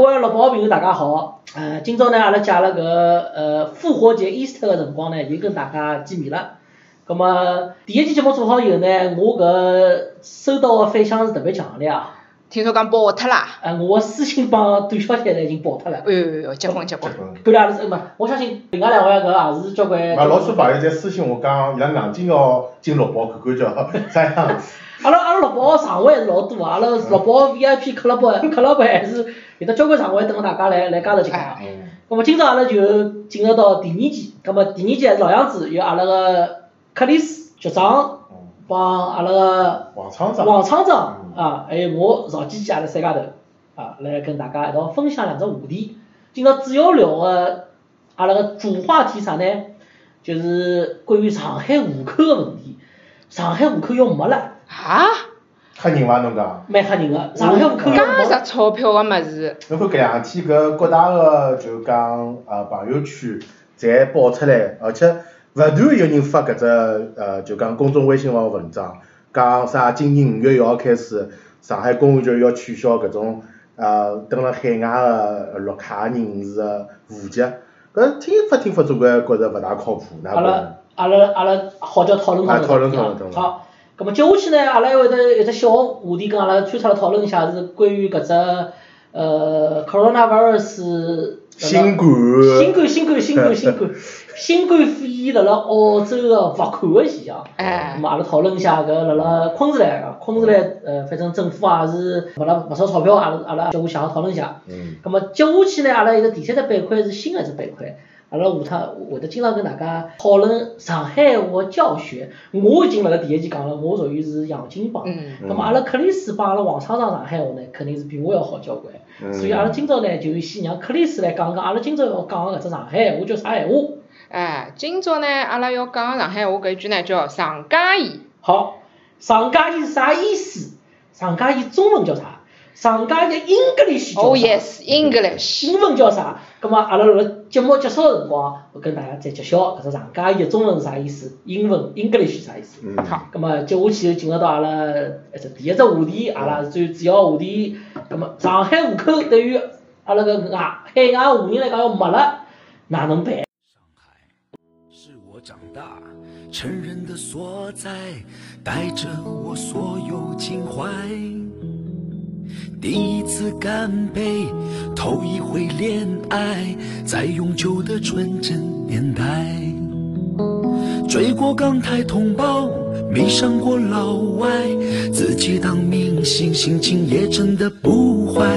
好朋友大家好，呃，今朝呢，阿拉借了搿呃复活节 Easter 个辰光呢，又跟大家见面了。葛么第一期节目做好以后呢，我搿收到个反响是特别强烈啊！听说讲爆脱啦！呃，我个私信帮短消息侪已经爆脱了。哎呦呦，结棍结棍！嗯看来阿拉是嘛，我相信另外两位搿也是交关。啊，老多朋友侪私信我讲，伊拉硬劲要进六宝看看叫啥样子。阿拉阿拉六宝场位还是老多啊，阿拉六宝 VIP 克拉伯克拉伯还是有得交关场位等大家来来加入进来啊。嗯，那么今朝阿拉就进入到第二期，那么第二期还是老样子，由阿拉个克里斯局长嗯帮阿拉个王厂长，王厂长啊，还有我赵记记阿拉三家头啊，来跟大家一道分享两只话题。今朝主要聊个阿拉个主话题啥呢？就是关于上海户口个问题。上海户口要没了，啊，吓人伐侬讲？蛮吓人个。上海户口要没介了，值钞票个物事，侬看搿两天搿各大个就讲呃朋友圈侪爆出来，而且勿断有人发搿只呃就讲公众微信号文章，讲啥今年五月一号开始，上海公安局要取消搿种呃蹲辣海外个绿卡人士个户籍，搿听发听发总归觉着勿大靠谱，哪阿能？拉阿拉阿拉好叫讨论讨论。啊讨论讨论讨论好，咁么接下去呢，阿拉还有得一只小话题，跟阿拉穿插了讨论一下，是关于搿只呃 coronavirus 新冠新冠新冠新冠新 冠新冠肺炎辣辣澳洲个罚款个现象。咁哎，么阿拉讨论一下搿辣辣昆士兰啊，昆士兰呃，反正政府也是拨了勿少钞票，阿拉阿拉接下去也讨论一下。嗯，咁么接下去呢，阿拉有个第三只板块是新的一只板块，阿拉下趟会得经常跟大家讨论上海话教学。我已经辣辣第一期讲了，我属于是洋泾浜。嗯咁么阿拉克里斯帮阿拉王厂长上海话呢，肯定是比我要好交关。嗯所以阿拉今朝呢，就先让克里斯来讲讲阿拉今朝要讲个搿只上海话叫啥闲话。哎，今朝呢，阿拉要讲个上海话搿一句呢，叫上家宴。好，上家宴是啥意思？上家宴中文叫啥？上家宴 English 叫啥？ Oh yes, English。英文叫啥？咁么阿拉辣辣节目结束个辰光，我跟大家再揭晓搿只上家宴中文是啥意思，英文 English 是啥意思。嗯好，咁么接下去就进入到阿拉一只第一只话题，阿拉最主要话题。咁么上海户口对于阿拉搿外海外华人来讲要没了，哪能办？上海是我长大成人的所在，带着我所有情怀。第一次干杯，头一回恋爱，在永久的纯真年代，追过港台同胞，迷上过老外，自己当明星，心情也真的不坏。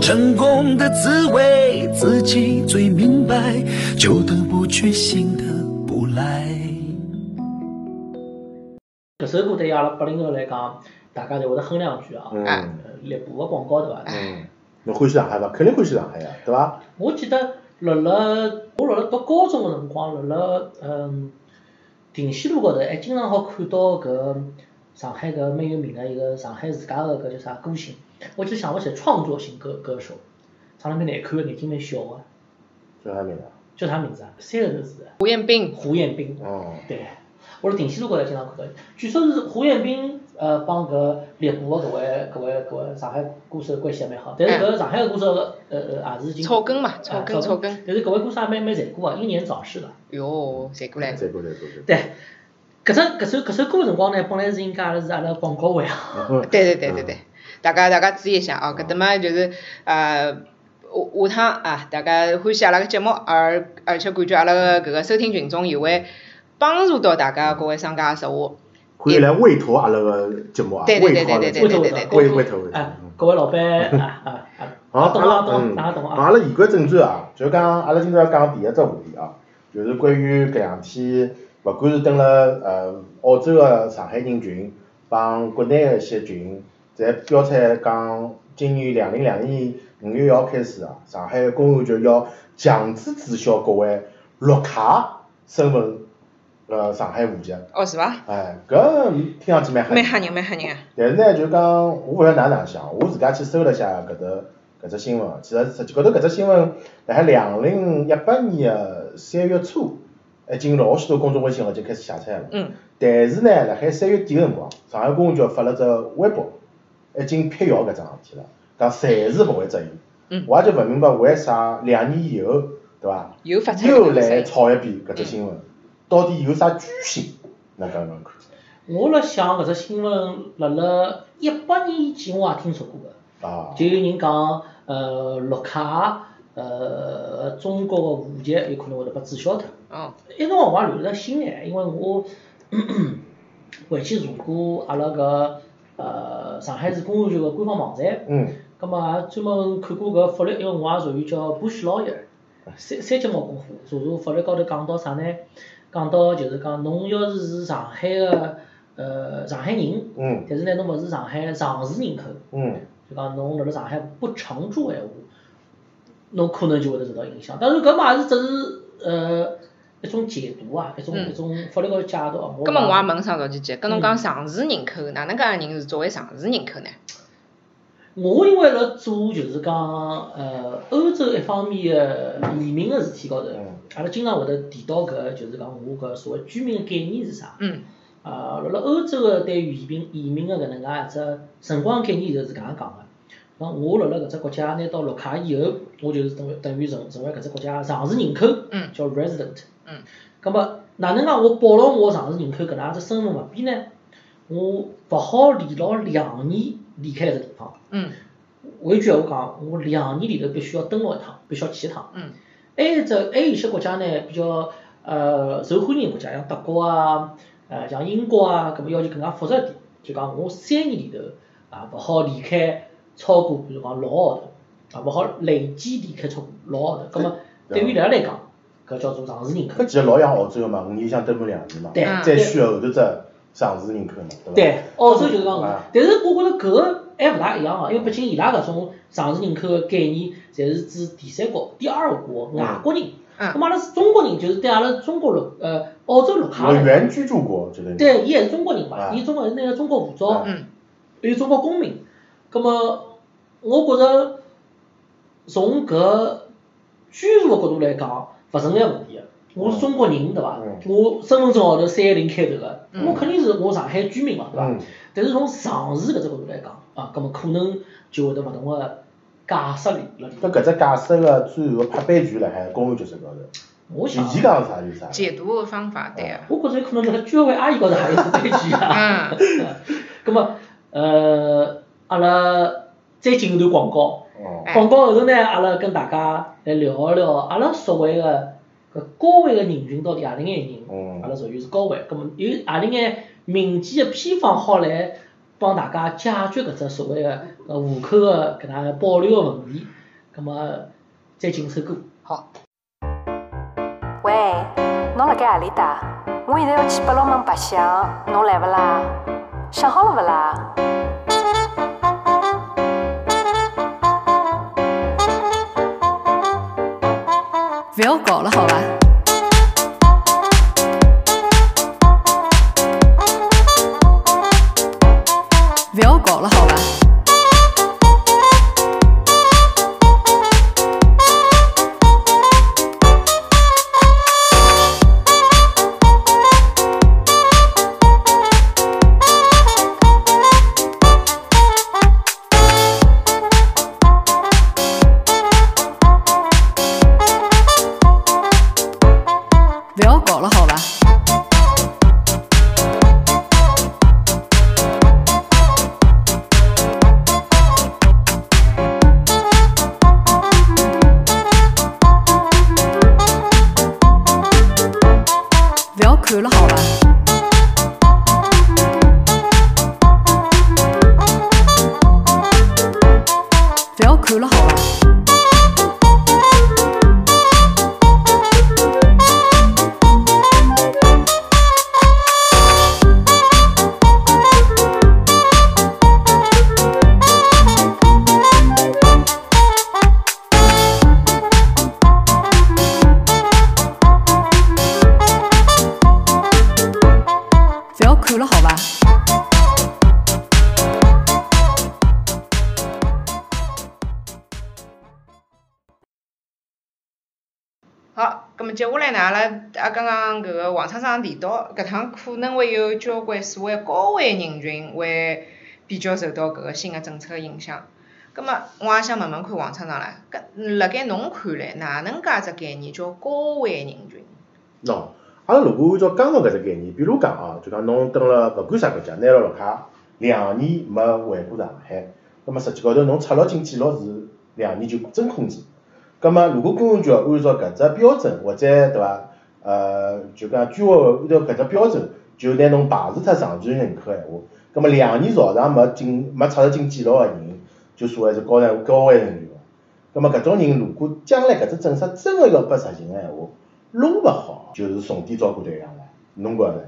成功的滋味，自己最明白，旧的不去，新的不来。搿首歌对于阿拉八零后来讲，大家侪会得哼两句啊。嗯，呃猎捕个广告对伐？嗯，侬欢喜上海伐？肯定欢喜上海呀，对伐？我记得辣辣我辣辣读高中个辰光，辣辣嗯定西路高头还经常好看到搿上海搿蛮有名个一个上海自家个搿叫啥歌星，我就想勿起来创作型歌歌手，长得蛮难看个，眼睛蛮小个，叫啥名字啊？叫啥名字啊？三个字的，胡彦斌，胡彦斌。哦，对，我辣定西路高头经常看到，据说是胡彦斌呃帮搿猎捕个搿位搿位搿位上海歌手关系也蛮好，但是搿上海个歌手呃呃也是已经草根嘛，草啊根草根。但是搿位歌手也蛮蛮残酷啊，英年早逝了。哟，谁过来？再过来，再过对，搿首搿首搿首歌个辰光呢，本来是应该阿拉是阿拉广告位啊。来。对对对对对，大家大家注意一下啊，搿搭嘛就是呃下下趟啊，大家欢喜阿拉个节目，而而且感觉阿拉个搿个收听群众也会帮助到大家各位商家个说话。可以来委托阿拉个节目啊，对对对委托对对对对对对对对对。委委托委托。哎，各位老板啊啊啊，好，懂阿拉啊懂嗯，啊，大家懂好啊。阿拉言归正传啊，就讲阿拉今朝要讲第一只话题啊，就是关于搿两天，勿管是蹲辣呃澳洲个上海人群，帮国内个一些群，侪标出来讲，今年两零两一年五月一号开始啊，上海公安局要强制注销各位绿卡身份呃上海户籍，哦，是伐？哎，搿听上去蛮吓人蛮。吓人，蛮吓人啊！但是呢，就讲我勿晓得哪能想，我自家去搜了一下搿只搿只新闻，其实实际高头搿只新闻辣海两零一八年个三月初，哎已经老许多公众微信号就开始写出来了。嗯。但是呢，辣海三月底个辰光，上海公安局发了只微博，已经辟谣搿桩事体了，讲暂时勿会执行，嗯我也就勿明白为啥两年以后，对伐？又发出又来炒一遍搿只新闻，到底有啥居心？㑚讲讲看。我辣想搿只新闻，辣辣一八年前我也听说过个。啊，就有人讲，呃，绿卡，呃，中国个户籍有可能会得被注销脱。哦，一辰光我也留了心眼，因为我 回去查过阿拉搿呃上海市公安局个官方网站，嗯，葛末也专门看过搿法律，因为我也属于叫补习老爷，三三节毛功夫，查查法律高头讲到啥呢？讲到就是讲，侬要是是上海个呃上海人，嗯但是呢，侬勿是上海常住人口。嗯，就讲侬辣辣上海不常住闲话，侬可能就会得受到影响。当然，搿嘛也是只是呃一种解读啊，一种、嗯一种法律高头解读啊。葛末我讲也问上赵姐姐，跟侬讲常住人口，哪能介个人是作为常住人口呢？我因为辣做就是讲呃欧洲一方面的移民个事体高头嗯，阿拉经常会得提到搿就是讲我搿所谓居民个概念是啥？嗯呃，辣辣欧洲个对移民移民个搿能介一只辰光概念就是搿能介讲个。讲我辣辣搿只国家拿到绿卡以后，我就是等于等于成成为搿只国家常住人口，嗯叫 resident。嗯咁么哪能介我保牢我常住人口搿能介只身份勿变呢？我勿好连牢两年离开搿只地方。嗯换句闲话讲，我两年里头必须要登陆一趟，必须要去一趟。嗯还有只还有一些国家呢，比较呃受欢迎的国家，像德国啊，呃像英国啊，搿么要求更加复杂一点，就讲我三年里头啊勿好离开超过，比如讲六个号头，啊勿好累计离开超过六个号头，搿么对于伊拉来讲，搿叫做常住人口 搿。其实老像澳洲个嘛，五年想登满两年嘛，对再选后头只常住人口嘛，对伐？对，澳洲就是讲搿啊但是我觉着搿个还勿大一样哦，因为毕竟伊拉搿种常住人口个概念，侪是指第三国、第二国外国人。嗯咁阿拉是中国人，就是对阿拉中国绿呃澳洲绿卡我来，原居住国，这个人对，伊也是中国人嘛，啊伊中国人拿了中国护照，嗯有中国公民。咁么，我觉着从搿居住个角度来讲，勿存在问题个。啊我是中国人，对伐？嗯我身份证号头三一零开头个，嗯我肯定是我上海居民嘛，对伐？嗯但是从常识搿只角度来讲，啊，咁么可能就会得勿同个解释里辣里头。搿搿只假设个最后拍板权辣海公安局手高头，我想啊，伊讲啥就是啥。解读个方法对个，我觉着可能辣居委会阿姨高头还有只悲剧 啊。嗯 咁么，呃，阿拉再进一段广告。哦，哎广告后头呢，阿拉跟大家来聊一聊阿拉所谓个搿高位个人群到底何里眼人嗯，阿拉属于是高位，啊葛末有何里眼民间个偏方好来帮大家解决搿只所呃谓个搿户口个搿能介保留个问题，葛末再进首歌。好，喂，侬辣盖何里搭？我现在要去八六门白相，侬来勿啦？想好了勿啦？勿要搞了，好伐？勿要搞了，好伐？不要搞了，好吧？不要看了，好吧？不要看了，好吧？不要看了，好吧？好，葛末接下来呢，阿拉啊刚刚搿个王厂长提到，搿趟可能会有交关所谓高危人群会比较受到搿个新个政策影响。咁么我也想问问看王厂长啦，搿辣盖侬看来，哪能介只概念叫高危人群？喏，阿拉如果按照刚刚搿只概念，比如讲啊，就讲侬蹲辣勿管啥国家，拿牢绿卡两年没回过上海，那么实际高头侬出入境记录是两年就真空记。咁么如果公安局按照搿只标准或者对伐？呃，就讲居委会按照搿只标准，就拿侬排除脱常住人口闲话，咁么两年朝上没进没出入境记录个人，就所谓是高危高危人员。咁么搿种人如果将来搿只政策真个要被实行个闲话，弄勿好就是重点照顾对象了，侬觉着呢？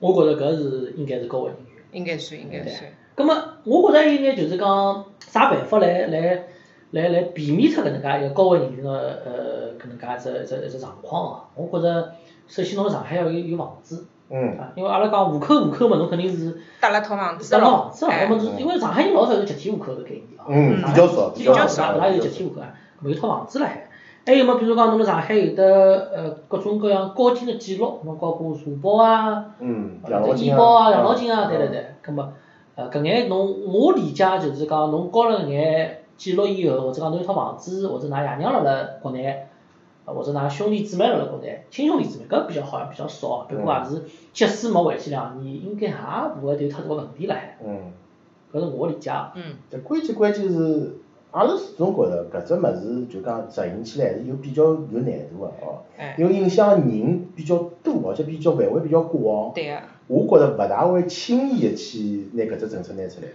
我觉着搿是应该是高危人员。应该算，应该啊算。咁么，我觉着还有眼就是讲啥办法来来来来避免脱搿能介一个高危人群个呃搿能介一只一只一只状况啊。我觉着首先侬上海要有有房子嗯，啊，因为阿拉讲户口户口嘛，侬肯定是搭了套房子得了房子啊，哎要么就是因为上海人老少有集体户口搿概念啊。嗯，比较少，比较较少，少，拉有集体户口，没哎有套房子了还。还有么？比如讲，侬辣上海有的呃各种各样高清的记录，侬包括社保啊、嗯，养老呃金医保啊、养老金金啊，对对。对。葛么呃搿眼侬我理解就是讲，侬交了搿眼记录以后，或者讲侬有套房子，或者㑚爷娘辣辣国内，呃或者㑚兄弟姊妹辣辣国内，亲兄弟姊妹搿比较好，比较少。不过也是，即使没回去两年，应该也勿会有太大个问题了还。嗯，搿是我理解。啊嗯，但关键关键是，阿拉始终觉着搿只物事就讲执行起来是有比较有难度个哦，哎，因为影响人比较多，而且比较范围比较广，对啊个、我觉着勿大会轻易个去拿搿只政策拿出来，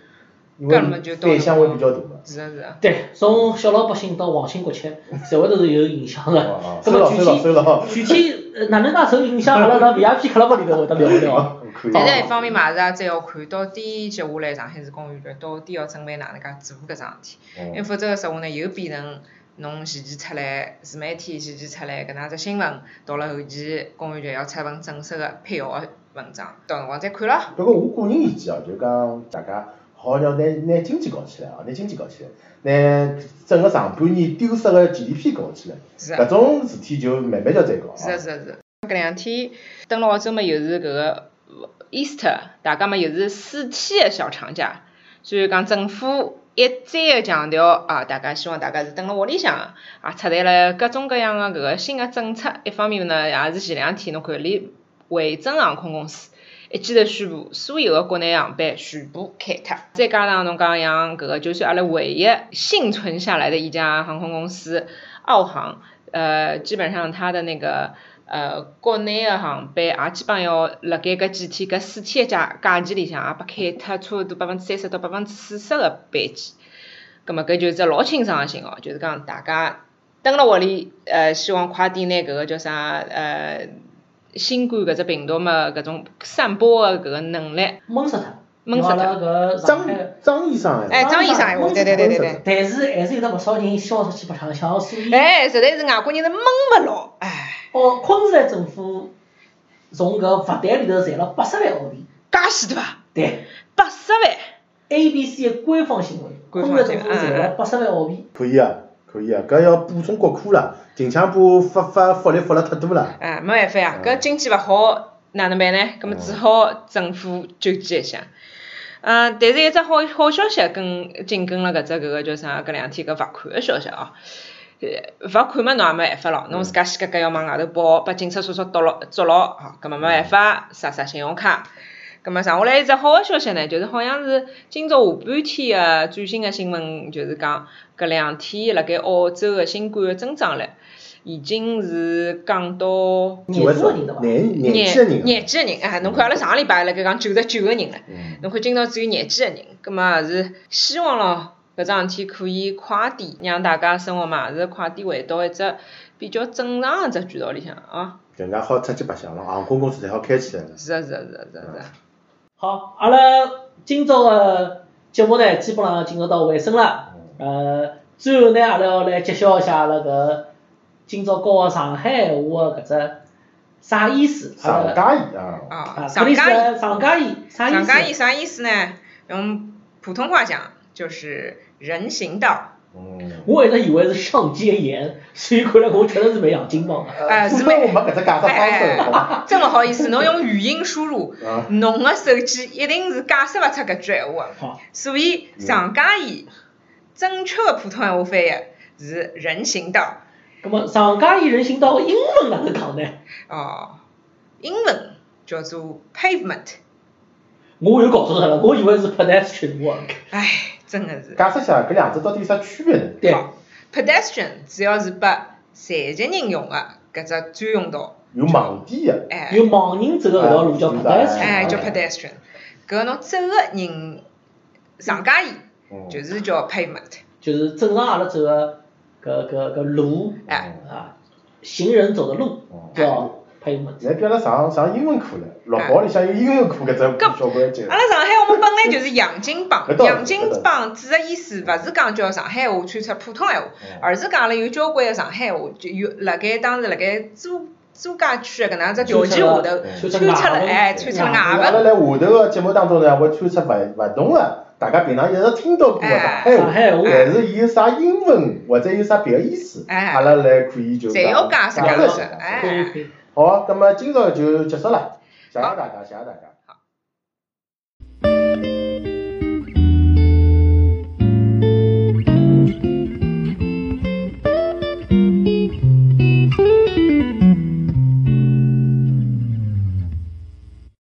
因搿么就为到反响会辰比较大个。是啊个是个。对，从小老百姓到皇亲国戚，侪会得是有影 响哦的哦。那收么了具收了收了 体具体呃哪能介受影响，阿拉辣 VIP 俱乐部里头会得聊啊一聊。嗯可以但是一方面嘛，是也再要看到底接下来上海市公安局到底要准备哪能介做搿桩事体，因为嗯否则个实话呢，又变成侬前期出来自媒体前期出来搿能介只新闻，到了后期公安局要出份正式个配合个文章，到辰光再看咯。不过我个人意见哦，就讲大家好好要拿拿经济搞起来哦，拿经济搞起来，拿整个上半年丢失个 GDP 搞起来，是啊个，搿种事体就慢慢叫再搞哦。是啊个，是个，是个。搿两天登了澳洲嘛，又是搿个 Easter，大家嘛又是四天个小长假，所以讲政府一再个强调啊，大家希望大家是蹲辣屋里向个，啊，出台了各种各样个搿个新个政策。一方面呢，也是前两天侬看，连维珍航空公司一记头宣布，所有个国内航班全部开脱。再加上侬讲像搿个，就算阿拉唯一幸存下来的一家航空公司澳航，呃，基本上它的那个。呃，国内的航班也基本要辣盖搿几天搿四天的假假期里向，也拨开脱差勿多百分之三十到百分之四十个班机。葛末搿就是只老清爽个信号，就是讲大家蹲辣屋里，呃，希望快点拿搿个叫啥呃新冠搿只病毒嘛，搿种啊散播个搿个能力，闷死他，闷死因为他阿拉搿上张海，张医生啊啊哎，张医生闲话，对对对对对，但是还是有得勿少人消出去白相相，所以哎，实在是外国人是闷勿牢，哎，哦，昆士兰政府从搿罚单里头赚了八十万澳币。介许多伐？对八十万， ，ABC 的官方新闻，官昆方士兰政府新闻啊赚了八十万澳币。可以啊，可以啊，搿要补中国课了，近腔部发发福利发了太多了。哎，没办法呀，搿经济勿好，哪能办呢？葛末只好政府救济一下。呃，但是一只好好消息跟紧跟了搿只搿个叫啥？搿两天搿罚款个消息哦。呃，罚款嘛，侬也没办法咯，侬自家死格格要往外头跑，被警察叔叔捉牢捉牢，啊，搿么没办法，刷刷信用卡。葛么剩下来一只好个消息呢，就是好像是今朝下半天个最新个新闻，就是讲搿两天辣盖澳洲个新冠个增长率已经是降到几位数，年纪的人对伐廿廿几个廿人。廿几个人啊！侬看阿拉上个礼拜辣盖讲九十九个人了，嗯，侬看今朝只有廿几个人，葛么也是希望咯，搿桩事体可以快点让大家生活嘛，也是快点回到一只比较正常个只轨道里向啊！搿能介好出去白相了，航空公司才好开起来了。是啊是啊是啊是啊是啊！好，阿拉今朝个节目呢，基本上进入到尾声了。呃，最后呢，阿拉要来揭晓一下阿拉搿今朝教个上海闲话个搿只啥意思？阿上拉家宴啊，啊，啊，上搿里是家宴。上家宴，啥意上思家意呢？啥意思呢？用普通话讲就是人行道，嗯，我一直以为是上街宴，所以看来我确实是没养金榜的。哎是是没没我没搿只解释方式哎 好伐？真勿好意思，侬用语音输入啊，侬个手机一定是解释勿出搿句闲话的，好，所以上家宴正确的普通闲话翻译是人行道。咁么上家以人行道英文哪能讲呢？哦，英文叫做 pavement。我又搞错脱了，我以为是 pedestrian walk。唉，真的是。解释一下搿两者到底有啥区别呢？对，好，pedestrian 主要是拨残疾人用的搿只专用道。有啊盲点个，哎。有盲人走的搿条路叫啊 pedestrian。哎，叫 OK pedestrian。搿侬走个人上街嗯伊，就是叫 pavement。就是正常阿拉走个搿搿搿路哎嗯啊，行人走的路哦叫 pavement。来比阿拉上上英文课了，六号里向有英文课搿只小关节阿。拉上海话本来就是洋泾浜搿，倒是洋泾浜指个意思勿是讲叫上海话穿出普通闲话嗯，而是讲了有交关个上海话，就有辣盖当时辣盖租租界区个搿能介只条件下头穿出穿出了了哎穿出穿出了了外阿拉外来下头个节目当中呢，会穿插勿勿同个，大家平常一直听到过个上哎海上话，海话但是伊有啥英文或者有啥别个意思，哎阿拉来可以就侪是要解释解解释释，可以可哎，以。好，咁么今朝就结束了，谢谢大家，谢谢大家。好，